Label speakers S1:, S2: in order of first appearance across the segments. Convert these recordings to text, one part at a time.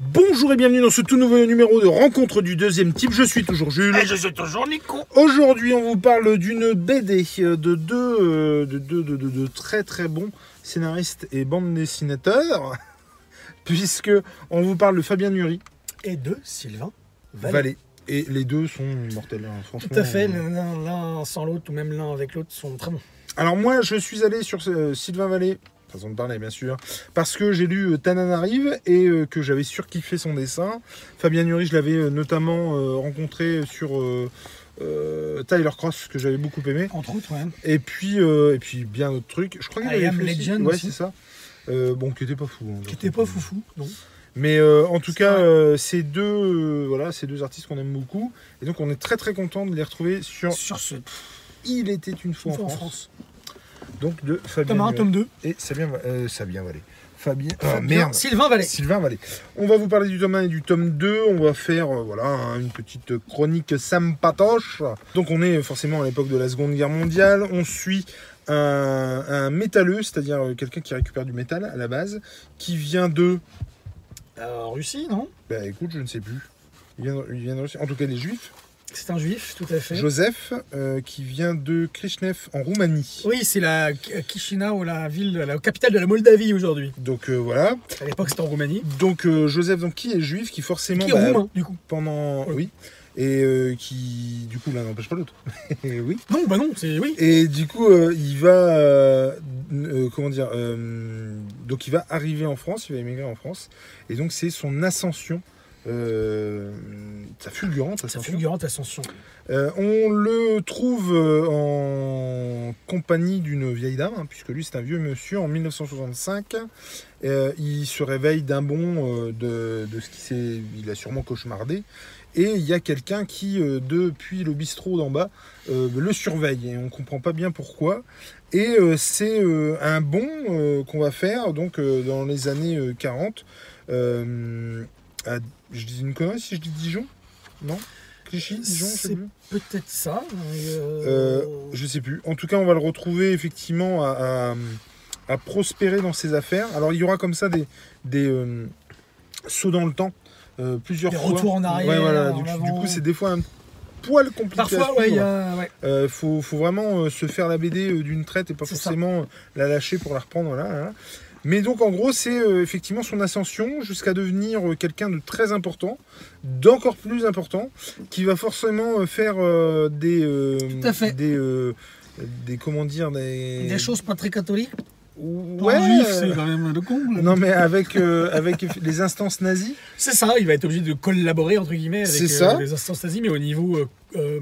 S1: Bonjour et bienvenue dans ce tout nouveau numéro de Rencontre du deuxième type. Je suis toujours Jules.
S2: Et je suis toujours Nico.
S1: Aujourd'hui, on vous parle d'une BD de deux, euh, de deux- de- de- de très très bons scénaristes et bandes dessinateurs, puisque on vous parle de Fabien Nury,
S3: et de Sylvain Vallée.
S1: Valé. Et les deux sont mortels, hein, franchement.
S3: Tout à fait,
S1: euh.
S3: l'un l'un sans l'autre ou même l'un avec l'autre sont très bons.
S1: Alors moi, je suis allé sur euh, Sylvain Vallée, façon de parler bien sûr, parce que j'ai lu euh, Tananarive et euh, que j'avais surkiffé son dessin. Fabien Nury, je l'avais euh, notamment euh, rencontré sur euh, euh, Tyler Cross, que j'avais beaucoup aimé.
S3: Entre autres, ouais.
S1: Et puis, euh, et puis bien d'autres trucs. Je crois qu'il
S3: I
S1: avait
S3: Am
S1: fait
S3: Legend
S1: Ouais,
S3: aussi.
S1: c'est ça. Euh, bon, qui était pas fou. hein,
S3: Qui était pas foufou, non.
S1: Mais euh, en tout
S3: C'est
S1: cas,
S3: vrai.
S1: euh, ces deux, euh, voilà, ces deux artistes qu'on aime beaucoup. Et donc, on est très très content de les retrouver sur
S3: Sur ce,
S1: Il était une fois,
S3: Une fois
S1: en,
S3: en
S1: France. Donc de Fabien
S3: tome 1,
S1: Nuret.
S3: tome 2.
S1: et Sabien, Va- euh, Sabien Vallée. Fabien, ah,
S3: Fabien
S1: merde.
S3: Sylvain Vallée.
S1: Sylvain Vallée. On va vous parler du tome 1 et du tome 2. On va faire euh, voilà hein, une petite chronique sympatoche. Donc on est forcément à l'époque de la Seconde Guerre mondiale. On suit un, un métalleux, c'est-à-dire euh, quelqu'un qui récupère du métal à la base, qui vient de.
S3: Euh, Russie, non
S1: Bah écoute, je ne sais plus. Il vient, de- il vient de Russie. En tout cas, des juifs.
S3: C'est un juif, tout à fait.
S1: Joseph, euh, qui vient de Krishnev en Roumanie.
S3: Oui, c'est la K- Chișinău, ou la ville, la capitale de la Moldavie aujourd'hui.
S1: Donc euh, voilà.
S3: À l'époque, c'était en Roumanie.
S1: Donc euh, Joseph, donc qui est juif, qui forcément
S3: Qui est
S1: bah,
S3: roumain, du coup.
S1: pendant
S3: Oui.
S1: oui et euh, qui du coup l'un n'empêche pas l'autre Et oui
S3: Non, bah non, c'est oui.
S1: et du coup euh, il va euh, euh, comment dire euh, donc il va arriver en France il va émigrer en France et donc c'est son ascension euh, sa fulgurante
S3: Sa
S1: ascension.
S3: fulgurante ascension.
S1: Euh, on le trouve euh, en compagnie d'une vieille dame, hein, puisque lui c'est un vieux monsieur. En 1965, euh, il se réveille d'un bond euh, de, de ce qui s'est, il a sûrement cauchemardé. Et il y a quelqu'un qui, euh, depuis le bistrot d'en bas, euh, le surveille. Et on comprend pas bien pourquoi. Et euh, c'est euh, un bond euh, qu'on va faire donc euh, dans les années euh, 40. euh, à- je dis une connerie si je dis Dijon Non Clichy, Dijon, je sais
S3: C'est
S1: plus.
S3: Peut-être ça.
S1: Euh, Je sais plus. En tout cas, on va le retrouver effectivement à, à- à prospérer dans ses affaires. Alors, il y aura comme ça des, des euh, sauts dans le temps euh, plusieurs
S3: Des
S1: fois.
S3: retours en arrière,
S1: Ouais, voilà.
S3: en
S1: Du, du
S3: avant.
S1: coup, c'est des fois un poil compliqué. à
S3: Parfois,
S1: suivre.
S3: ouais, il y a- ouais.
S1: Euh, faut, faut vraiment euh, se faire la BD euh, d'une traite et pas
S3: C'est ça.
S1: forcément euh, la lâcher pour la reprendre. Voilà, voilà. Mais donc en gros, c'est euh, effectivement son ascension jusqu'à devenir euh, quelqu'un de très important, d'encore plus important, qui va forcément euh, faire euh, des, euh,
S3: Tout à fait.
S1: des, euh, des comment dire des,
S3: Des choses pas très catholiques.
S1: Ouais.
S3: Pour un juif, c'est quand même le comble.
S1: Non mais avec euh, avec les instances nazies.
S3: C'est ça, il va être obligé de collaborer entre guillemets avec
S1: C'est ça.
S3: euh, les instances nazies, mais au niveau euh, euh,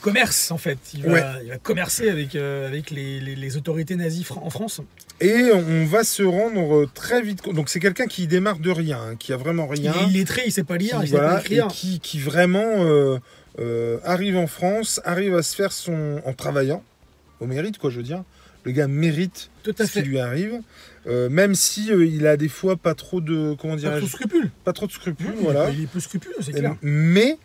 S3: commerce en fait. Il va,
S1: Ouais.
S3: il va commercer avec, euh, avec les, les- les autorités nazies fran- en France.
S1: Et on va se rendre euh, très vite. compte- Donc c'est quelqu'un qui démarre de rien, hein, qui a vraiment
S3: Il
S1: rien.
S3: est illettré, il sait pas lire,
S1: qui,
S3: il sait
S1: voilà,
S3: pas écrire.
S1: et qui, qui vraiment euh, euh, arrive en France, arrive à se faire son. en travaillant, au mérite, quoi, je veux dire. Le gars mérite
S3: Tout à
S1: ce qui
S3: fait.
S1: lui arrive, euh, même si euh, il a des fois pas trop de. comment
S3: Il a
S1: dirais
S3: peu scrupule.
S1: Pas trop de scrupules,
S3: Il est
S1: Mmh, voilà.
S3: peu- Il est peu scrupuleux, c'est
S1: Et-
S3: clair.
S1: mais,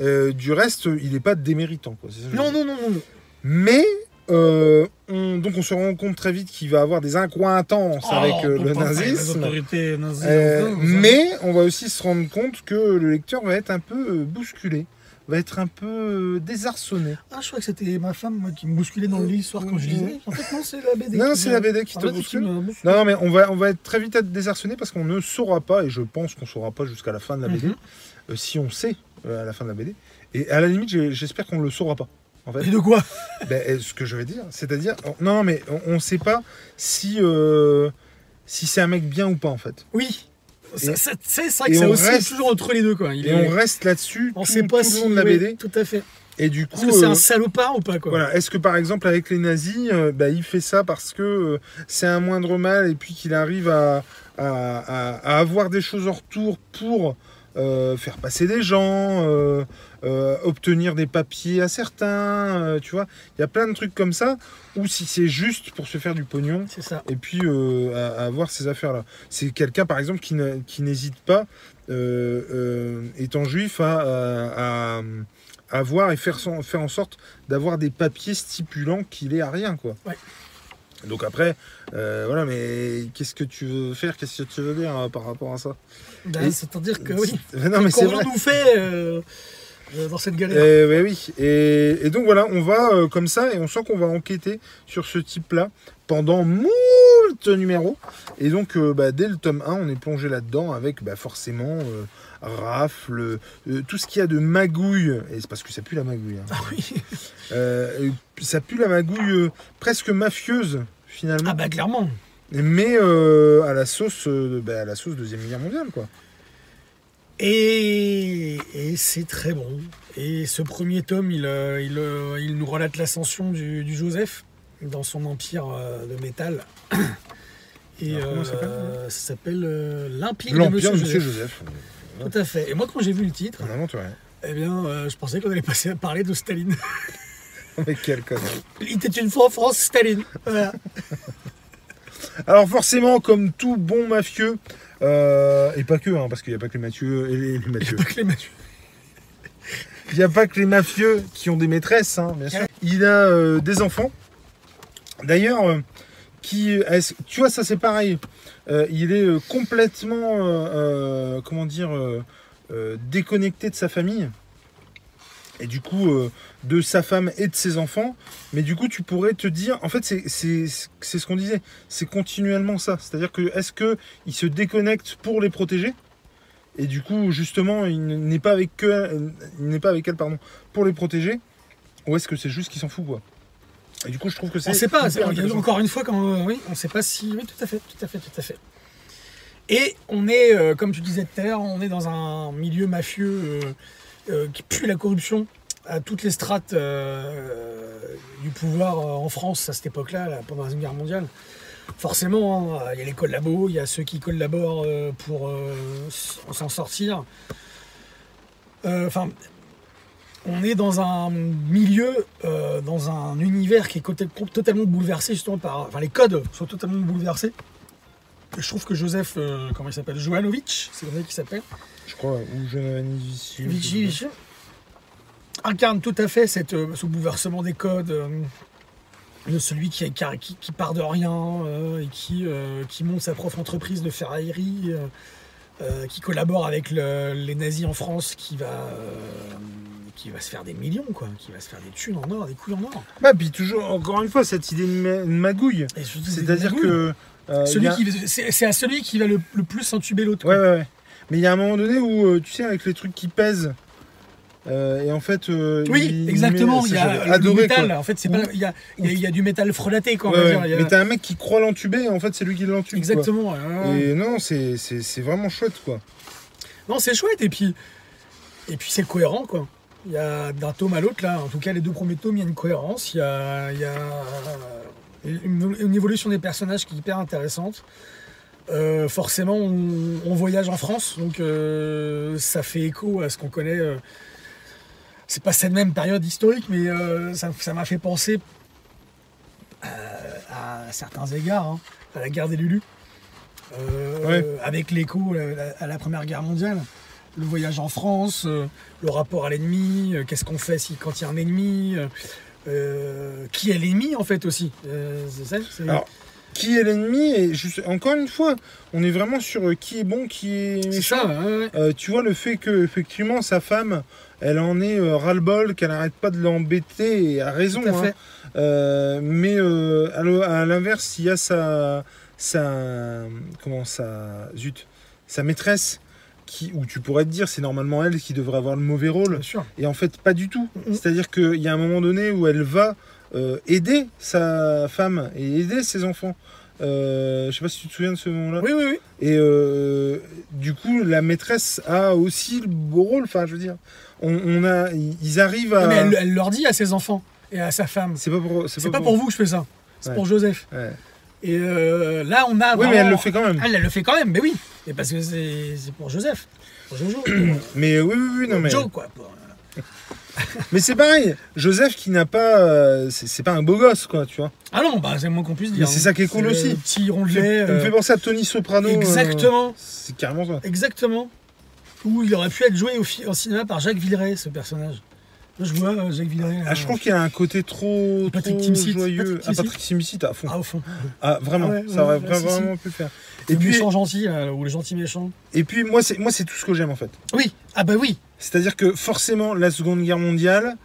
S1: euh, du reste, il n'est pas déméritant, quoi. c'est ça que je veux
S3: Non,
S1: dire.
S3: non, non, non. non.
S1: Mais. euh, on- donc on se rend compte très vite qu'il va avoir des incointances avec
S3: Oh,
S1: euh,
S3: on
S1: le
S3: pense à Les
S1: nazisme.
S3: autorités nazies.
S1: Euh,
S3: en France,
S1: mais on va aussi se rendre compte que le lecteur va être un peu euh, bousculé, va être un peu euh, désarçonné.
S3: Ah, je crois que c'était ma femme moi, qui me bousculait dans le lit le soir quand je lisais. En fait, non, c'est la BD.
S1: Mmh. Non,
S3: qui
S1: c'est
S3: me-
S1: la BD qui
S3: En
S1: te
S3: fait, c'est
S1: bouscule.
S3: me bouscule.
S1: Non, non, mais on va, on va être très vite être désarçonné parce qu'on ne saura pas, et je pense qu'on saura pas jusqu'à la fin de la BD,
S3: Mhm.
S1: euh, si on sait euh, à la fin de la BD. Et à la limite, j'ai- j'espère qu'on ne le saura pas. En fait,
S3: Et de quoi
S1: Ben, euh, ce que je vais dire, c'est-à-dire, oh, non, non, mais on ne sait pas si, euh, si c'est un mec bien ou pas, en fait.
S3: Oui.
S1: Et-
S3: Ça- ça- C'est ça
S1: et
S3: que ça
S1: on
S3: aussi
S1: reste-
S3: toujours entre les deux. Quoi. Il
S1: Et
S3: est-
S1: on reste là-dessus
S3: On
S1: tout,
S3: sait pas
S1: tout
S3: si.
S1: le long de la
S3: ouais,
S1: BD.
S3: Tout à fait.
S1: Et du
S3: Est-ce
S1: coup,
S3: que c'est
S1: euh,
S3: un salopard ou pas quoi
S1: Voilà. Est-ce que par exemple avec les nazis, euh, bah, il fait ça parce que euh, c'est un moindre mal et puis qu'il arrive à, à- à- à avoir des choses en retour pour euh, faire passer des gens, euh, euh, obtenir des papiers à certains, euh, tu vois. Il y a plein de trucs comme ça, ou si c'est juste pour se faire du pognon
S3: C'est ça.
S1: et puis euh, à, à avoir ces affaires-là. C'est quelqu'un, par exemple, qui, n'a- qui n'hésite pas, euh, euh, étant juif, à, à- à- à avoir et faire, son- faire en sorte d'avoir des papiers stipulant qu'il est à rien, quoi.
S3: Ouais.
S1: Donc après, euh, voilà, mais qu'est-ce que tu veux faire Qu'est-ce que tu veux dire euh, par rapport à ça
S3: Bah,
S1: Et-
S3: C'est-à-dire que oui,
S1: C'est- Non, mais c'est
S3: qu'on
S1: vrai.
S3: nous fait euh, euh, dans cette galère.
S1: Euh, ouais, oui. Et, et donc voilà, on va euh, comme ça et on sent qu'on va enquêter sur ce type-là pendant moult numéros. Et donc euh, bah, dès le tome 1, on est plongé là-dedans avec bah, forcément euh, rafle, euh, tout ce qu'il y a de magouille. Et c'est parce que ça pue la magouille. hein.
S3: Ah oui.
S1: Euh, et ça pue la magouille euh, presque mafieuse finalement.
S3: Ah bah clairement.
S1: Mais euh, à la sauce, euh, bah, à la sauce deuxième guerre mondiale quoi.
S3: Et, et c'est très bon. Et ce premier tome, il, euh, il, euh, il nous relate l'ascension du, du Joseph dans son empire euh, de métal. Et
S1: Alors, comment ça s'appelle,
S3: euh, ça s'appelle euh, L'Empire de
S1: L'empire
S3: Monsieur
S1: de Monsieur
S3: Joseph.
S1: Joseph.
S3: Tout à fait. Et moi, quand j'ai vu le titre,
S1: On n'invente rien.
S3: eh bien, euh, je pensais qu'on allait passer à parler de Staline.
S1: Mais quel connard.
S3: Il était une fois en France, Staline. Voilà.
S1: Alors forcément, comme tout bon mafieux, euh, et pas que, hein, parce qu'il n'y a pas que les Mathieu et les, les Mathieu.
S3: Pas que les Mathieu.
S1: Il n'y a pas que les mafieux qui ont des maîtresses, hein, bien sûr. Il a euh, des enfants. D'ailleurs, euh, qui est-ce- tu vois, ça c'est pareil. Euh, il est euh, complètement, euh, euh, comment dire, euh, euh, déconnecté de sa famille. Et du coup, euh, de sa femme et de ses enfants. Mais du coup, tu pourrais te dire, en fait, c'est c'est- c'est ce qu'on disait, c'est continuellement ça. C'est-à-dire que est-ce que il se déconnecte pour les protéger Et du coup, justement, il n'est pas avec que, il n'est pas avec elle, pardon, pour les protéger. Ou est-ce que c'est juste qu'il s'en fout quoi Et du coup, je trouve que c'est.
S3: On sait pas,
S1: hyper
S3: c'est-
S1: intéressant.
S3: encore une fois, quand, euh, oui, on sait pas si. Oui, tout à fait, tout à fait, tout à fait. Et on est, euh, comme tu disais tout à l'heure, on est dans un milieu mafieux euh, euh, qui pue la corruption à toutes les strates euh, du pouvoir euh, en France à cette époque-là, là, pendant la Deuxième Guerre mondiale. Forcément, hein, il y a les collabos, il y a ceux qui collaborent euh, pour euh, s- s'en sortir. Euh, Enfin, on est dans un milieu, euh, dans un univers qui est côté- totalement bouleversé justement par. Enfin, les codes sont totalement bouleversés. Je trouve que Joseph, euh, comment il s'appelle Jovanovic, c'est comme ça qu'il s'appelle.
S1: Je crois, ou Jonathan Vichy.
S3: Vichy, Vichy, incarne tout à fait cette, euh, ce bouleversement des codes euh, de celui qui, qui, qui- qui part de rien euh, et qui, euh, qui monte sa propre entreprise de ferraillerie, euh, euh, qui collabore avec le- les nazis en France, qui va, euh, qui va se faire des millions, quoi, qui va se faire des thunes en or, des couilles en or.
S1: Bah, puis toujours, encore une fois, cette idée de ma- de magouille.
S3: Et surtout des-
S1: C'est-à-dire
S3: des magouilles.
S1: que. euh, il y
S3: Celui
S1: a-
S3: qui- c'est c'est à celui qui va le, le plus entuber l'autre.
S1: Ouais,
S3: quoi.
S1: ouais, ouais. Mais il y a un moment donné où, euh, tu sais, avec les trucs qui pèsent. euh, et en fait. euh, il-
S3: Oui,
S1: il
S3: exactement.
S1: met-
S3: Il y
S1: ça,
S3: a
S1: j'avais
S3: le
S1: adoré,
S3: métal.
S1: quoi.
S3: En fait, c'est
S1: Ou-
S3: pas. Il y a, il y a- il y a du métal frelaté, quoi. on
S1: Ouais,
S3: va
S1: ouais.
S3: dire. Il y a-
S1: Mais t'as un mec qui croit l'entuber et en fait, c'est lui qui l'entube. quoi.
S3: Exactement. ouais, ouais.
S1: Et non, c'est- c'est c'est vraiment chouette, quoi.
S3: Non, c'est chouette. Et puis, et puis c'est cohérent, quoi. Il y a d'un tome à l'autre, là. En tout cas, les deux premiers tomes, il y a une cohérence. Il y a, il y a euh, une, une évolution des personnages qui est hyper intéressante. Euh, forcément, on, on voyage en France, donc euh, ça fait écho à ce qu'on connaît. euh, c'est pas cette même période historique, mais euh, ça ça m'a fait penser euh, à, à certains égards hein, à la guerre des Lulus. Euh,
S1: Ouais.
S3: euh, Avec l'écho euh, la- à la Première Guerre mondiale, le voyage en France, euh, le rapport à l'ennemi, euh, qu'est-ce qu'on fait si, quand il y a un ennemi, euh, euh, qui est l'ennemi en fait aussi. Euh, c'est ça, c'est-
S1: Alors, Qui est l'ennemi Et juste- encore une fois, on est vraiment sur euh, qui est bon, qui est
S3: c'est
S1: méchant.
S3: ça, ouais, ouais.
S1: Euh, tu vois le fait que effectivement sa femme, elle en est euh, ras-le-bol, qu'elle n'arrête pas de l'embêter et a raison.
S3: tout à
S1: hein.
S3: fait.
S1: Euh, mais euh, à l'o- à l'inverse, il y a sa, sa comment ça, zut, sa maîtresse qui, où tu pourrais te dire c'est normalement elle qui devrait avoir le mauvais rôle.
S3: Bien sûr.
S1: Et en fait, pas du tout.
S3: Mhm.
S1: C'est-à-dire qu'il y a un moment donné où elle va euh, aider sa femme et aider ses enfants. Euh, je sais pas si tu te souviens de ce moment-là.
S3: Oui, oui, oui.
S1: Et euh, du coup, la maîtresse a aussi le beau rôle. Enfin, je veux dire, on, on a, ils arrivent à.
S3: Non, mais elle, elle leur dit à ses enfants et à sa femme
S1: Euh. C'est pas pour.
S3: c'est pas pour vous que je fais ça, c'est
S1: Ouais.
S3: pour Joseph.
S1: Ouais.
S3: Et euh, là, on a.
S1: Oui, mais elle
S3: vraiment- Ah,
S1: le fait quand même.
S3: Elle, elle le fait quand même, mais oui. Et parce que c'est c'est pour Joseph. Pour Jojo. pour, euh,
S1: Mais euh, oui, oui, oui, non, mais.
S3: Joe, quoi. pour, euh,
S1: Mais c'est pareil. Joseph qui n'a pas, euh, c'est c'est pas un beau gosse, quoi, tu vois.
S3: Ah non, bah, c'est le moins qu'on puisse
S1: Mais
S3: dire.
S1: c'est ça qui est cool
S3: le
S1: aussi.
S3: Petit
S1: Ça
S3: rondelet.
S1: me
S3: euh,
S1: fait penser à Tony Soprano. euh,
S3: exactement,
S1: c'est carrément ça.
S3: exactement. Où il aurait pu être joué au, fi- au cinéma par Jacques Villeray, ce personnage. Je vois euh, Jacques Villarreal.
S1: Ah, je trouve qu'il y a un côté trop,
S3: Patrick
S1: trop
S3: Timsit.
S1: joyeux.
S3: Patrick
S1: ah,
S3: Timsit.
S1: Patrick Timsit à fond.
S3: Ah, au fond.
S1: Ah, vraiment,
S3: Ah ouais,
S1: ça
S3: ouais,
S1: aurait
S3: ouais, si,
S1: vraiment pu faire.
S3: Et
S1: Et
S3: puis.
S1: puis,
S3: méchant gentil, là, ou le gentil méchant.
S1: et puis moi, c'est moi, c'est tout ce que j'aime en fait.
S3: Oui, ah bah oui,
S1: C'est-à-dire que forcément, la Seconde Guerre mondiale,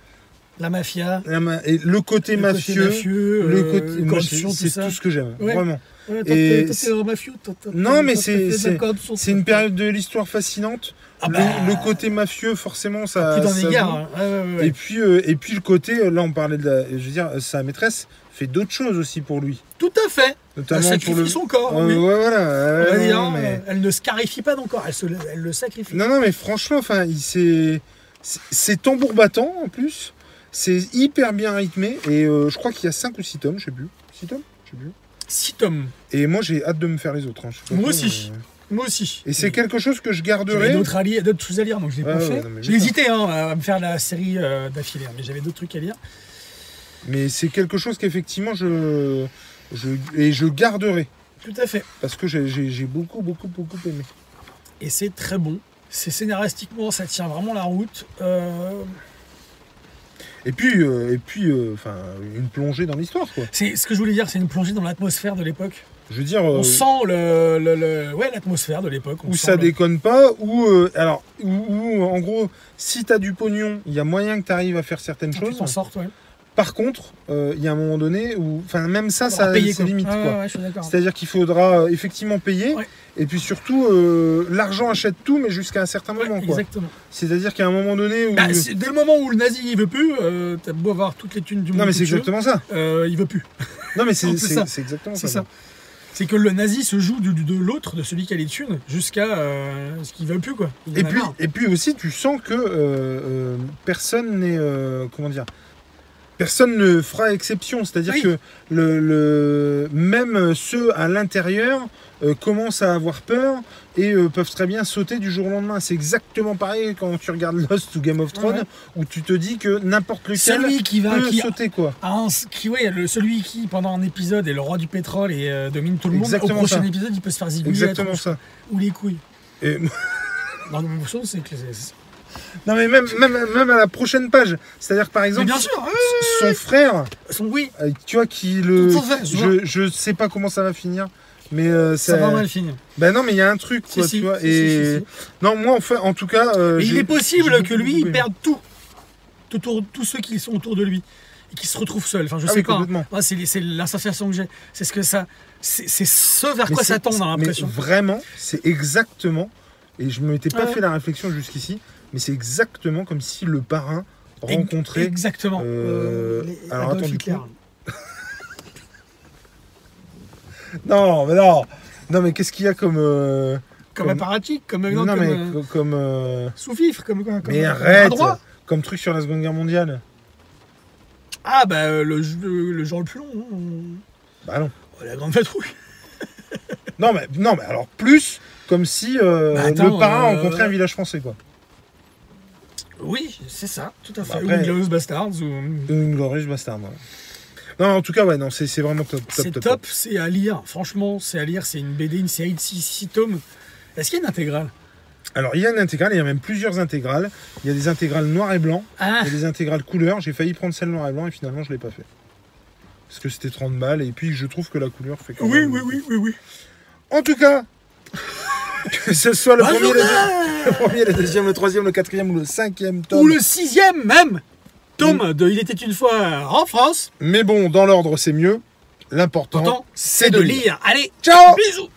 S3: la mafia.
S1: la ma- Ah, et le côté mafieux, le
S3: euh,
S1: côté moi, c'est-
S3: corruption, tout
S1: c'est
S3: ça.
S1: tout ce que j'aime,
S3: Ouais.
S1: vraiment.
S3: Ouais,
S1: Et
S3: toi, t'es- toi,
S1: c'est-
S3: t'es un mafieux, toi, toi,
S1: Non,
S3: toi,
S1: mais
S3: toi,
S1: c'est-
S3: t'es
S1: c'est-
S3: de corruption,
S1: C'est
S3: toi.
S1: une période de l'histoire fascinante.
S3: Ah
S1: Le-
S3: bah,
S1: le, côté mafieux, forcément, ça.
S3: Plus d'un
S1: euh, ça
S3: égard.
S1: vaut.
S3: hein. Ouais, ouais, ouais.
S1: Et puis, euh, et puis le côté, euh, là, on parlait de, la, je veux dire, euh, sa maîtresse fait d'autres choses aussi pour lui,
S3: Tout à fait. Elle
S1: notamment
S3: sacrifie
S1: pour le.
S3: son corps.
S1: Euh,
S3: oui.
S1: ouais, voilà.
S3: hein, On
S1: euh,
S3: va
S1: non,
S3: dire, hein,
S1: mais-
S3: Elle ne scarifie pas encore, elle, se, elle le sacrifie.
S1: Non, non, mais franchement, enfin, il s'est- c'est c'est tambour battant en plus. C'est hyper bien rythmé et euh, je crois qu'il y a 5 ou 6 tomes, je sais plus. 6 tomes Je sais plus.
S3: Six tomes.
S1: Et moi j'ai hâte de me faire les autres. hein, je sais pas
S3: Moi
S1: toi,
S3: aussi.
S1: mais-
S3: Moi aussi.
S1: Et c'est quelque chose que je
S3: J'avais
S1: garderai.
S3: d'autres, à lire- d'autres choses à lire, donc je l'ai
S1: Ouais,
S3: pas
S1: ouais,
S3: fait.
S1: non, mais
S3: J'ai
S1: bien sûr.
S3: hésité hein, à me faire la série euh, d'affilée, hein, mais j'avais d'autres trucs à lire.
S1: Mais c'est quelque chose qu'effectivement je, je. Et je garderai.
S3: Tout à fait.
S1: Parce que j'ai j'ai- j'ai beaucoup, beaucoup, beaucoup aimé.
S3: Et c'est très bon. C'est scénaristiquement, ça tient vraiment la route. Euh,
S1: Et puis, euh, et puis euh, enfin, une plongée dans l'histoire, quoi.
S3: c'est ce que je voulais dire, c'est une plongée dans l'atmosphère de l'époque.
S1: Je veux dire.
S3: On
S1: euh,
S3: sent le, le- le- ouais, l'atmosphère de l'époque. on
S1: où
S3: sent
S1: ça
S3: le-
S1: déconne pas, ou euh, alors où, où, en gros, si t'as du pognon, il y a moyen que t'arrives à faire certaines
S3: que Ah, tu t'en
S1: choses.
S3: sortes, ouais.
S1: Par contre, euh, il y a un moment donné où, enfin même ça,
S3: Faudra
S1: Ah, ça
S3: payer,
S1: c'est
S3: quoi.
S1: limite
S3: Ouais,
S1: quoi.
S3: ouais, ouais, je suis d'accord.
S1: C'est-à-dire qu'il faudra euh, effectivement payer,
S3: Ouais.
S1: et puis surtout euh, l'argent achète tout, mais jusqu'à un certain
S3: Ouais,
S1: moment quoi. Mmh.
S3: exactement.
S1: C'est-à-dire qu'à un moment donné où
S3: Bah, c'est- dès le moment où le nazi il veut plus, euh, t'as beau avoir toutes les thunes du monde.
S1: non mais
S3: que
S1: c'est
S3: tu veux,
S1: exactement ça.
S3: euh, il veut plus.
S1: Non mais
S3: Un
S1: c'est
S3: peu ça.
S1: c'est- c'est exactement
S3: C'est
S1: ça.
S3: ça. C'est que le nazi se joue du- du- de, l'autre, de celui qui a les thunes, jusqu'à euh, ce qu'il veut plus quoi. Il en
S1: Et
S3: a
S1: puis,
S3: marre.
S1: et puis aussi, tu sens que euh, euh, personne n'est. euh, comment dire Personne ne fera exception. C'est-à-dire
S3: Oui.
S1: que le, le- même ceux à l'intérieur euh, commencent à avoir peur et euh, peuvent très bien sauter du jour au lendemain. C'est exactement pareil quand tu regardes Lost ou Game of Thrones,
S3: Ouais.
S1: où tu te dis que n'importe lequel
S3: celui qui va,
S1: peut
S3: qui,
S1: sauter. quoi.
S3: a un- qui ouais, le, celui qui pendant un épisode est le roi du pétrole et euh, domine tout le monde. Au
S1: Exactement
S3: prochain
S1: ça.
S3: épisode, il peut se faire zigouiller la
S1: Exactement
S3: tronche,
S1: ça.
S3: ou les couilles.
S1: Et-
S3: Non, mais mon sens, c'est que c'est- c'est-
S1: non mais même, même, même à la prochaine page. C'est-à-dire que par
S3: Mais
S1: exemple,
S3: bien sûr. hein. ouais,
S1: son frère,
S3: son oui,
S1: Euh, tu vois qui le
S3: Tout à fait, je
S1: je, je sais pas comment ça va finir mais euh,
S3: ça
S1: ça-
S3: va mal finir.
S1: bah non mais il y a un truc
S3: Si,
S1: quoi
S3: si,
S1: tu vois
S3: si, si,
S1: et
S3: si, si.
S1: non moi en fait en tout cas euh,
S3: Mais il
S1: j'ai-
S3: est
S1: j'ai
S3: possible
S1: beaucoup,
S3: que lui,
S1: beaucoup
S3: il
S1: aimé.
S3: perde tout. Tout autour- Tous ceux qui sont autour de lui. Et qui se retrouvent seuls. Enfin, je
S1: Ah
S3: sais
S1: oui,
S3: pas. hein.
S1: complètement.
S3: Moi, c'est, c'est la sensation que j'ai. C'est ce que ça. C'est, c'est ce vers
S1: Mais
S3: quoi
S1: c'est-
S3: ça tend, on a
S1: mais
S3: l'impression.
S1: vraiment c'est exactement et je m'étais pas
S3: Ouais.
S1: fait la réflexion jusqu'ici mais c'est exactement comme si le parrain
S3: Ex-
S1: rencontrait
S3: Exactement.
S1: euh,
S3: les-
S1: alors,
S3: Adolf
S1: attends, du
S3: Hitler.
S1: coup, non mais non non mais qu'est-ce qu'il y a comme euh,
S3: Comme
S1: comme-
S3: apparatchik, comme.
S1: non,
S3: Non, comme
S1: mais
S3: euh,
S1: co- comme euh,
S3: sous-fifre, comme quoi. Comme,
S1: mais
S3: comme bras
S1: arrête
S3: droit.
S1: comme truc sur la seconde guerre mondiale
S3: Ah, bah, euh, le, le, le genre le plus long. hein.
S1: bah non
S3: Oh, la grande patrouille.
S1: Non mais, non, mais alors plus comme si euh,
S3: Bah attends,
S1: le parrain
S3: euh,
S1: rencontrait un village français, quoi.
S3: Oui, c'est ça, tout à fait.
S1: Bah,
S3: Ou
S1: après-
S3: Glorious Bastards. ou- hum,
S1: Une glorieuse bastard, moi. Non, en tout cas, ouais, non, c'est c'est vraiment top, top,
S3: C'est
S1: top.
S3: top, c'est à lire. Franchement, c'est à lire. C'est une BD, une série de 6 tomes. Est-ce qu'il y a une intégrale
S1: Alors, il y a une intégrale, il y a même plusieurs intégrales. Il y a des intégrales noir et blanc,
S3: Ah,
S1: il y a des intégrales couleur. J'ai failli prendre celle noir et blanc et finalement, je l'ai pas fait. Parce que c'était 30 balles et puis je trouve que la couleur fait quand
S3: oui,
S1: même-
S3: oui, oui, oui, oui.
S1: En tout cas, que ce soit le
S3: Bonjour,
S1: premier, le, deux-
S3: là
S1: le premier, le deuxième, le troisième, le quatrième ou le cinquième tome.
S3: Ah, Ou le sixième même tome de Il était une fois en France.
S1: Mais bon, dans l'ordre, c'est mieux. L'important,
S3: Pourtant, c'est de lire. Allez,
S1: Ciao
S3: bisous